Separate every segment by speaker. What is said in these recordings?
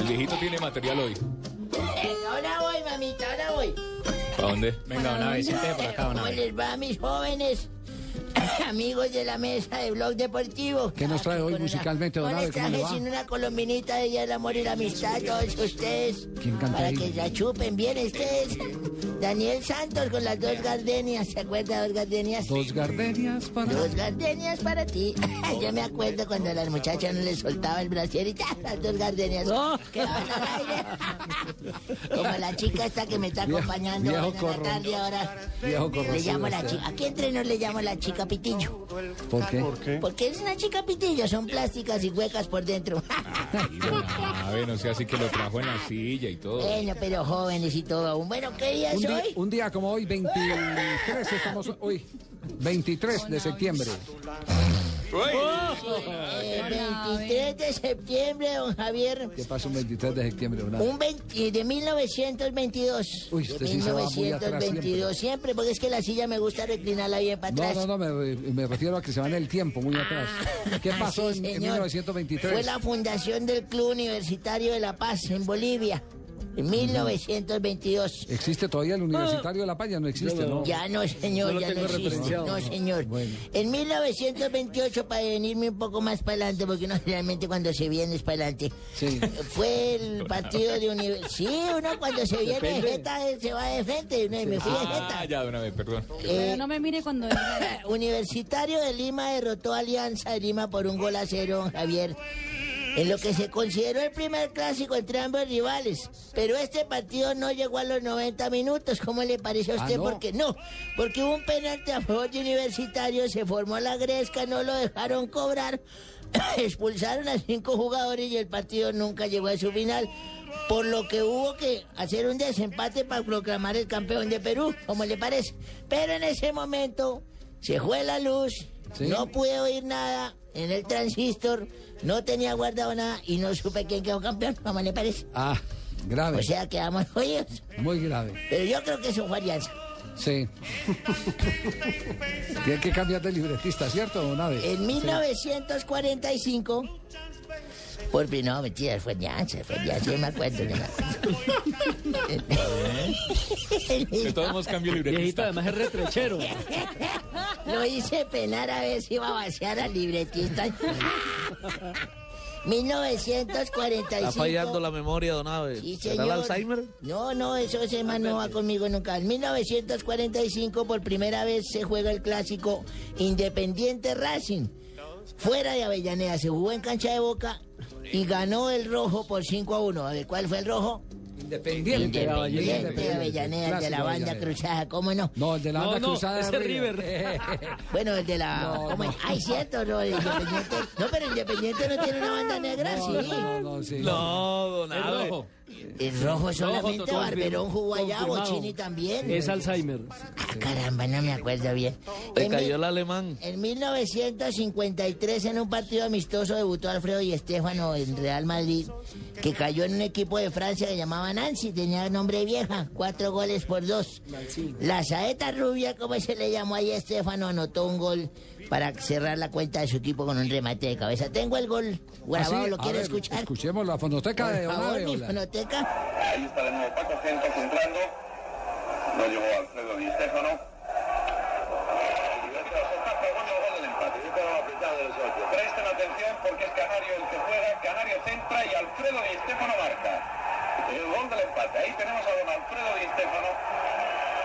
Speaker 1: El viejito tiene material hoy.
Speaker 2: Ahora voy, mamita, ahora voy.
Speaker 1: ¿Para dónde?
Speaker 3: Venga, una visita de por acá, una
Speaker 2: ¿Cómo
Speaker 3: vez.
Speaker 2: les va a mis jóvenes amigos de la mesa de Blog Deportivo?
Speaker 3: ¿Qué nos trae hoy
Speaker 2: Con una-
Speaker 3: musicalmente, don
Speaker 2: No les
Speaker 3: Abe? ¿Cómo le
Speaker 2: traje
Speaker 3: va?
Speaker 2: sino una colombinita de Día del Amor y la Amistad a todos ustedes.
Speaker 3: ¿Quién canta
Speaker 2: Para
Speaker 3: ahí?
Speaker 2: que la chupen bien ustedes. Daniel Santos con las dos gardenias, ¿se acuerda de dos gardenias?
Speaker 3: Dos gardenias para...
Speaker 2: Dos gardenias para ti. Yo me acuerdo cuando a las muchachas no les soltaba el brasier y ¡tas! las dos gardenias quedaban al aire. Como la chica esta que me está
Speaker 3: Viejo-
Speaker 2: acompañando
Speaker 3: viejo
Speaker 2: en la
Speaker 3: corrompido.
Speaker 2: tarde ahora.
Speaker 3: Viejo corrompido
Speaker 2: Le llamo la
Speaker 3: usted.
Speaker 2: chica. Aquí entre nos le llamo la chica pitillo.
Speaker 3: ¿Por qué?
Speaker 2: Porque es una chica pitillo, son plásticas y huecas por dentro.
Speaker 1: Ay, don Abe, no sé, Ah, así que lo trajo en la silla y todo.
Speaker 2: bueno, pero jóvenes y todo aún. Bueno, ¿qué día
Speaker 3: Un
Speaker 2: es
Speaker 3: día,
Speaker 2: hoy?
Speaker 3: un día como hoy, 23, estamos hoy, 23 de septiembre.
Speaker 2: Eh, 23 de septiembre, don Javier.
Speaker 3: ¿Qué pasa un 23 de septiembre? Una-
Speaker 2: Un 20 de 1922.
Speaker 3: Uy,
Speaker 2: de
Speaker 3: usted sí se va muy atrás
Speaker 2: 1922, siempre, porque es que la silla me gusta reclinarla bien para
Speaker 3: No,
Speaker 2: atrás.
Speaker 3: no, no, me, re- me refiero a que se va en el tiempo, muy atrás. ¿Qué pasó
Speaker 2: Ah, Sí,
Speaker 3: en, en
Speaker 2: señor. Fue
Speaker 3: 1923?
Speaker 2: la fundación del Club Universitario de La Paz en Bolivia, en 1922.
Speaker 3: ¿Existe todavía el Universitario de La Palla? No existe, ¿no?
Speaker 2: Ya no, señor, ya no existe. No, señor. En 1928, para venirme un poco más para adelante, porque no realmente cuando se viene es para adelante.
Speaker 3: Sí.
Speaker 2: Fue el partido de universidad. Sí, uno cuando se viene de jeta eh, se va de frente. No, y me fui de
Speaker 1: Ah,
Speaker 2: jeta.
Speaker 1: ya, don Abe, perdón.
Speaker 2: Eh,
Speaker 4: No me mire cuando diga-
Speaker 2: Universitario de Lima derrotó a Alianza de Lima por un gol a cero, don Javier. En lo que se consideró el primer clásico entre ambos rivales. Pero este partido no llegó a los 90 minutos. ¿Cómo le parece a
Speaker 3: Ah,
Speaker 2: usted?
Speaker 3: ¿no?
Speaker 2: Porque no. Porque hubo un penalti a favor de Universitario, se formó la gresca, no lo dejaron cobrar. Expulsaron a cinco jugadores y el partido nunca llegó a su final. Por lo que hubo que hacer un desempate para proclamar el campeón de Perú, como le parece. Pero en ese momento se fue la luz,
Speaker 3: Sí.
Speaker 2: no pude oír nada en el transistor, no tenía guardado nada y no supe quién quedó campeón, como le parece.
Speaker 3: Ah, grave,
Speaker 2: O sea, quedamos jodidos.
Speaker 3: muy grave.
Speaker 2: Pero yo creo que eso fue alianza.
Speaker 3: Sí. Tiene que cambiar de libretista, ¿cierto, don Abe?
Speaker 2: En 1945, por pri- no, mentira, fue Alianza, fue Alianza, yo me acuerdo, yo me
Speaker 1: De todos
Speaker 2: acuerdo.
Speaker 1: modos, cambio libretista.
Speaker 5: además es retrechero.
Speaker 2: Lo hice penar a ver si iba a vaciar al libretista. 1945.
Speaker 5: Está fallando la memoria, don Abe.
Speaker 2: Sí,
Speaker 5: ¿Será el
Speaker 2: señor.
Speaker 5: Alzheimer?
Speaker 2: No, no, eso ese man no va conmigo nunca. En 1945 por primera vez se juega el clásico Independiente Racing. Fuera de Avellaneda, se jugó en cancha de Boca y ganó el rojo por 5 a 1. A ver, ¿cuál fue el rojo?
Speaker 3: Independiente.
Speaker 2: Independiente de Avellaneda, el de
Speaker 3: Clásico
Speaker 2: la banda
Speaker 3: de Avellaneda.
Speaker 2: cruzada, ¿cómo no?
Speaker 3: No, el de la
Speaker 5: No,
Speaker 3: banda
Speaker 5: Oh, no,
Speaker 3: cruzada
Speaker 5: ese
Speaker 3: de
Speaker 5: es
Speaker 3: River.
Speaker 5: Eh,
Speaker 2: Bueno, el de la...
Speaker 3: No,
Speaker 2: ¿cómo es? Ay, cierto, no, el Independiente... No, pero Independiente no tiene una banda negra, sí.
Speaker 3: No, no, sí.
Speaker 5: No, don Abe.
Speaker 2: El rojo solamente,
Speaker 5: total,
Speaker 2: Barberón jugó allá,
Speaker 5: confirmado.
Speaker 2: Bochini también.
Speaker 5: Alzheimer.
Speaker 2: Ah, caramba, no me acuerdo bien.
Speaker 5: Le
Speaker 2: En mi-
Speaker 5: cayó el alemán.
Speaker 2: En 1953, en un partido amistoso, debutó Alfredo y Estefano en Real Madrid, que cayó en un equipo de Francia que llamaba Nancy, tenía nombre de vieja, cuatro goles por dos. La saeta rubia, como se le llamó ahí, Estefano anotó un gol para cerrar la cuenta de su equipo con un remate de cabeza. Tengo el gol
Speaker 3: Ah, sí,
Speaker 2: grabado, ¿lo
Speaker 3: a
Speaker 2: quiere
Speaker 3: ver,
Speaker 2: escuchar?
Speaker 3: Escuchemos la fonoteca de
Speaker 2: Por
Speaker 3: Don
Speaker 2: favor,
Speaker 3: Abe.
Speaker 2: mi
Speaker 3: hola.
Speaker 2: fonoteca.
Speaker 6: Ahí está de nuevo Paco Centros entrando. Lo llevó Alfredo Di Stefano. Y otro contacto, bueno, gol del empate. Yo estaba apretado de los ocho. Presten atención porque es Canario el que juega. Canario centra y Alfredo Di Stefano marca. El gol del empate. Ahí tenemos a don Alfredo Di Stefano.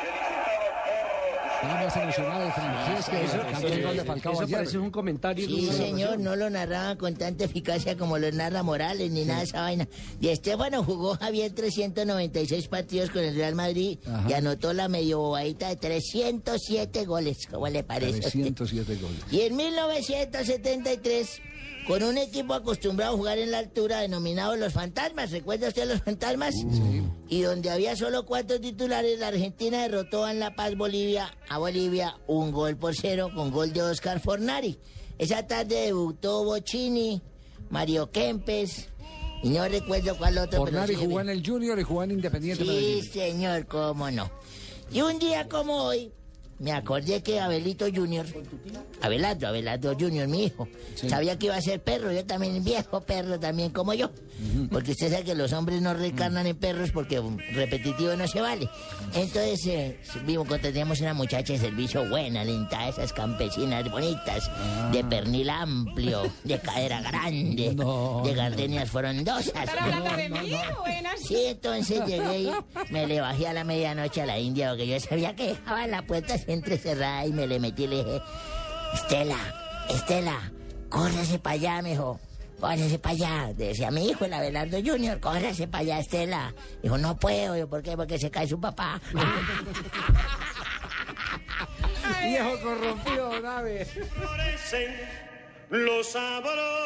Speaker 6: Felicitado por
Speaker 3: personaje
Speaker 6: su
Speaker 3: más emocionado de Francesca. que
Speaker 2: Eso-
Speaker 3: cantó el gol de Falcao
Speaker 4: Eso
Speaker 3: ayer.
Speaker 4: parece un comentario. de
Speaker 2: Sí,
Speaker 4: una-
Speaker 2: señor, no lo narraba con tanta eficacia como lo narra Morales, ni nada de esa vaina. Y Estefano jugó Javier 396 partidos con el Real Madrid y anotó la medio bobadita de 307 goles. ¿Cómo le parece? a usted?
Speaker 3: 307 goles.
Speaker 2: Y en 1973, con un equipo acostumbrado a jugar en la altura denominado Los Fantasmas, ¿recuerda usted Los Fantasmas? Y donde había solo cuatro titulares, la Argentina derrotó en La Paz Bolivia a Bolivia un gol por cero con gol de Oscar Fornari. Esa tarde debutó Bocini, Mario Kempes, y no recuerdo cuál otro. pero
Speaker 3: Fornari
Speaker 2: sí-
Speaker 3: jugó en el Junior y jugó en Independiente
Speaker 2: Sí,
Speaker 3: Medellín.
Speaker 2: señor, cómo no. Y un día como hoy, me acordé que Abelito Junior, Abelardo, Abelardo Junior, mi hijo, sabía que iba a ser perro, yo también, viejo perro también como yo. Porque usted sabe que los hombres no reencarnan en perros porque um, repetitivo no se vale. Entonces, eh, vimos, contratamos una muchacha de servicio buena, linda, esas campesinas bonitas, de pernil amplio, de cadera grande, de gardenias frondosas. Sí, entonces llegué y me le bajé a la medianoche a la India porque yo sabía que dejaba la puerta siempre cerrada y me le metí y le dije, Estela, Estela, córrese para allá, mijo. Córrese para allá. Decía mi hijo, el Abelardo Junior, córrese para allá, Estela. Dijo, no puedo. Yo, ¿por qué? Porque se cae su papá.
Speaker 3: Viejo corrompido, Donave.
Speaker 7: florecen los abrojos.